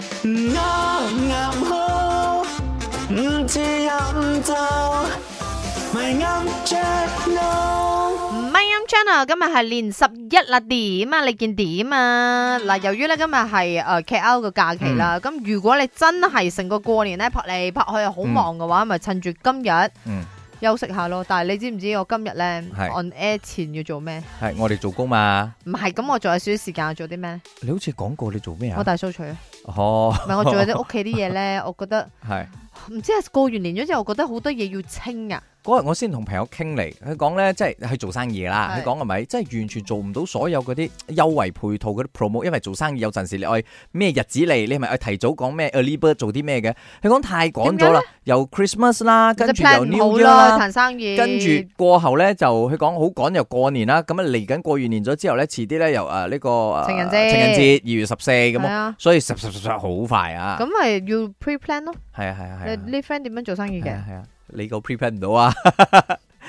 啱啱好，唔知飲酒，咪啱 Jack No。唔係音 channel，今日係年十一啦，點啊？你見點啊？嗱，由於咧今日係誒 K L 嘅假期嗯啦，咁、如果你真係成個過年咧拍嚟拍去好忙嘅話，咪、趁住今日嗯，休息下咯。但係你知唔知我今日咧係 on air 前要做咩？系我哋做工嘛？唔係咁，我仲有少少時間我做啲咩咧？你好似講過你做咩我啊？大掃除啊，哦，唔係我做咗啲屋企啲嘢咧， 我覺得係唔知係過完年咗之後，我覺得好多嘢要清啊。嗰日我先同朋友傾嚟，佢講咧即係佢做生意啦，係佢講係咪即係完全做唔到所有嗰啲優惠配套嗰啲 promo，因為做生意有陣時你愛咩日子嚟，你係咪愛提早講咩 early bird 做啲咩嘅？佢講太趕咗啦，由 Christmas 啦，跟住又 plan 唔好 New Year 啦，啦。談生意，跟住過後咧就佢講好趕又過年啦，咁啊嚟緊過完年咗之後咧，遲啲咧又誒呢個呃情人節情人節二月十四咁係啊，啊，所以十十十十好快啊，咁咪要 pre plan 咯。係啊係啊係你啊，你 friend 點樣做生意係嘅啊？係啊，你個 prepare 唔到啊，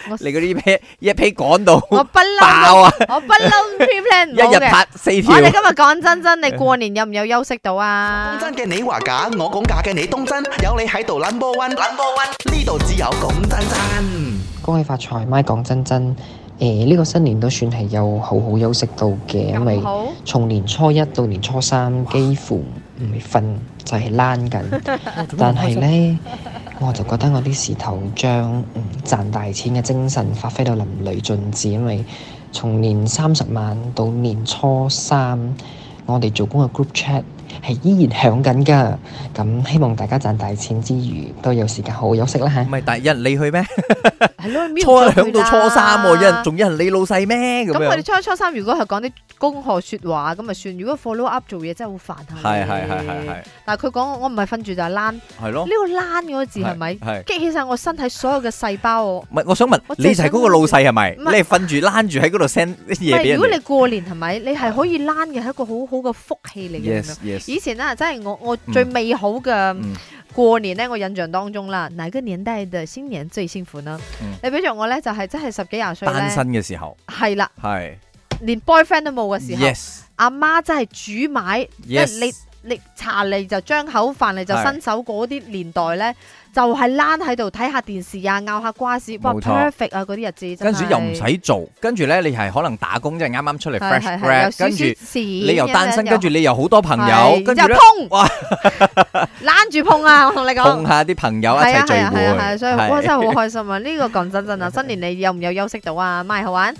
我你嗰啲批一批趕到我不嬲，爆啊，我不嬲 pre plan 唔一到日嘅。拍四條我，哋今日講真真，你過年有唔有休息到啊講？真嘅你話假，我講假嘅你當真，有你喺度 number one，number one 呢度只有講真真。恭喜發財咪講真真，誒、呢、個新年都算係有好好休息到嘅，因為咁好，從年初一到年初三幾乎唔係瞓就係躝 緊，哦但係呢，我就覺得我啲時頭將嗯賺大錢嘅精神發揮到淋漓盡致，因為從年三十晚到年初三，我哋做工嘅 group chat 係依然響緊㗎，咁希望大家賺大錢之餘都有時間好好休息啦嚇唔。係，但係有人理佢咩？係咯，初一響到初三喎，有人。仲有人理老細咩？咁咁我哋樣初一初三如果係講啲恭賀説話咁咪算，如果 follow up 做嘢真係好煩下。係係係係係。但係佢講我唔係瞓住就係躝，呢係咯，個躝嗰個字係咪係。激起晒我身體所有嘅細胞啊喎？唔係，我想問我淨係你就係嗰個老細係咪？想你係瞓住躝住喺嗰度 send 唔啲嘢俾係，人如果哋你過年係咪，你係可以躝嘅係一個好好嘅福氣嚟嘅。 ？Yes yes，以前啊，真係我我嗯最美好嘅嗯過年呢，我印象當中啦，哪個年代嘅新年最辛苦呢？嗯你比着我呢，就係真係十幾廿歲單呢，身嘅時候係啦，係連 boyfriend 都冇嘅時候， yes 阿媽真係煮買，即 yes，係你你茶嚟就張口飯嚟就係新手嗰啲年代呢，就係躝喺度睇下電視啊，咬下瓜子，哇冇錯 perfect 啊嗰啲日子真跟係，住又唔使做，跟住咧你係可能打工，即係啱啱出嚟係 fresh 係係有 grad，跟少啊住少錢你又咁樣單身，又跟住你又好多朋友，係跟然之住咧後哇碰，攬住碰啊！我同你講碰。下啲朋友一係啊齊聚係啊係啊係啊，會，所以係我真係好開心啊！呢個講真真啊，新年你有唔有休息到啊？咪好玩。